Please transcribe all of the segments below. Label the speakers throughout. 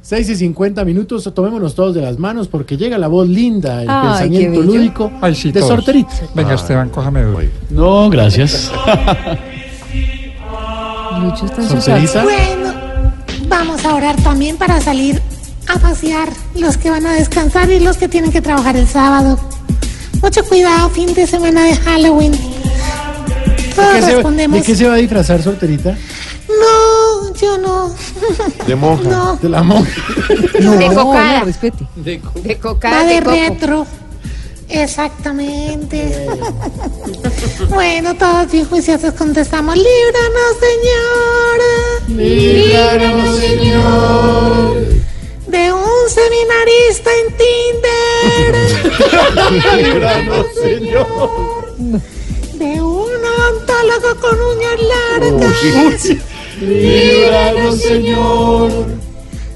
Speaker 1: 6 y 50 minutos, tomémonos todos de las manos porque llega la voz linda, el
Speaker 2: Ay,
Speaker 1: pensamiento
Speaker 2: qué bello.
Speaker 1: lúdico
Speaker 3: Ay, sí,
Speaker 1: de
Speaker 3: todos.
Speaker 1: Sorterito.
Speaker 3: Venga, Esteban, cójame duro.
Speaker 1: No, gracias.
Speaker 2: Lucho está en su
Speaker 1: Sorterita.
Speaker 4: Bueno, vamos a orar también para salir a pasear los que van a descansar y los que tienen que trabajar el sábado. Mucho cuidado, fin de semana de Halloween. Todos
Speaker 1: ¿Qué se-
Speaker 4: respondemos.
Speaker 1: ¿De qué se va a disfrazar Sorterita?
Speaker 4: No, yo no.
Speaker 5: De monja.
Speaker 4: No,
Speaker 1: De la monja.
Speaker 2: No,
Speaker 6: De cocada.
Speaker 2: no, respete.
Speaker 6: De coca,
Speaker 4: va
Speaker 6: de
Speaker 4: de
Speaker 6: coco.
Speaker 4: retro. Exactamente. bueno, todos bien juiciosos contestamos. Líbranos, Señora.
Speaker 1: Líbranos, Señor.
Speaker 4: de un seminarista en Tinder. De un odontólogo con uñas largas.
Speaker 1: Líbranos, Señor.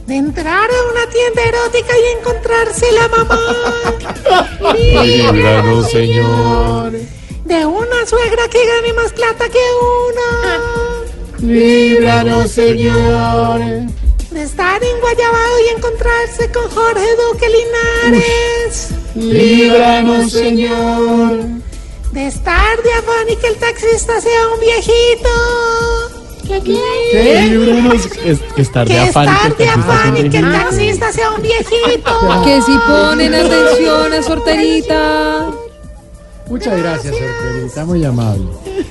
Speaker 4: De entrar a una tienda erótica y encontrarse la mamá.
Speaker 5: Líbranos, Señor.
Speaker 4: De una suegra que gane más plata que una.
Speaker 1: Líbranos, Señor.
Speaker 4: De estar en Guayabado y encontrarse con Jorge Duque Linares.
Speaker 1: Líbranos, Señor.
Speaker 4: De estar de afán y que el taxista sea un viejito.
Speaker 1: Líbranos.
Speaker 4: Que estar de afán y que el taxista sea un viejito.
Speaker 2: Que si ponen atención a Sorterita.
Speaker 1: Muchas gracias, Sorterita. Muy amable.